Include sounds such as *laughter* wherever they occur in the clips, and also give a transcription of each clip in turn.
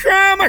chama,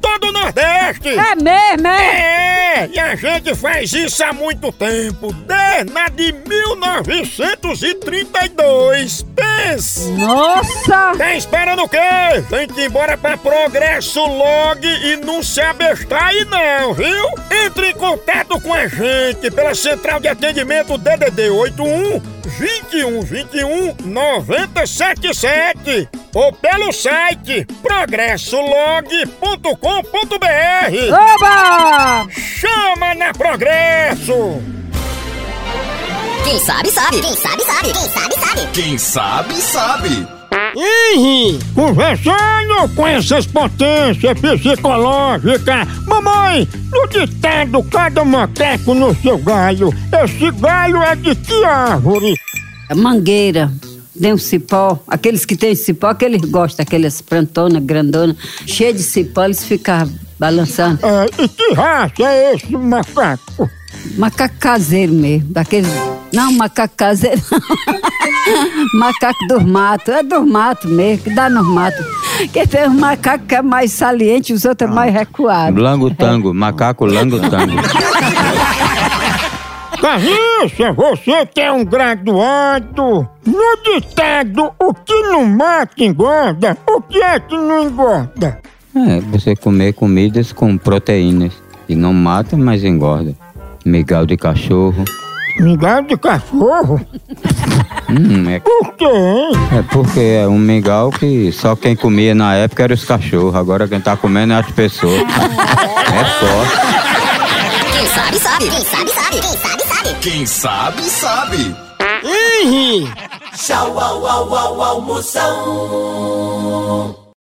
todo o Nordeste! É mesmo, é? É, e a gente faz isso há muito tempo, desde a de 1932, pensa! Nossa! Tá esperando o quê? Tem que ir embora pra Progresso Log e não se abestar aí não, viu? Entre em contato com a gente pela central de atendimento DDD 81 21 21 977 ou pelo site progressolog.com.br. Oba! Chama na Progresso! Quem sabe, sabe. Quem sabe, sabe. Quem sabe, sabe. Quem sabe, sabe. Conversando com essas potências psicológicas, mamãe, no ditado cada macaco no seu galho, esse galho é de que árvore? É Mangueira. Tem um cipó, aqueles que têm cipó, aqueles gostam, aquelas plantonas grandonas, cheias de cipó, eles ficam balançando. Ah, e que raça é esse macaco? Macaco caseiro mesmo, daqueles. Não, macaco caseiro. não. *laughs* macaco dos mato, é dos mato mesmo, que dá nos mato. Que tem um macaco que é mais saliente, os outros é mais recuados. Langotango, macaco langotango. Carriça, você que é um graduado, no ditado, o que não mata engorda, o que é que não engorda? É, você comer comidas com proteínas que não mata, mas engorda. Migal de cachorro. Mingau de cachorro? Hum, é, Por quê, hein? é porque é um mingau que só quem comia na época era os cachorros. Agora quem tá comendo é as pessoas. É forte. Quem sabe, sabe. Quem sabe, sabe. Quem sabe, sabe. Quem sabe, sabe. Tchau, au, au, au, almoção.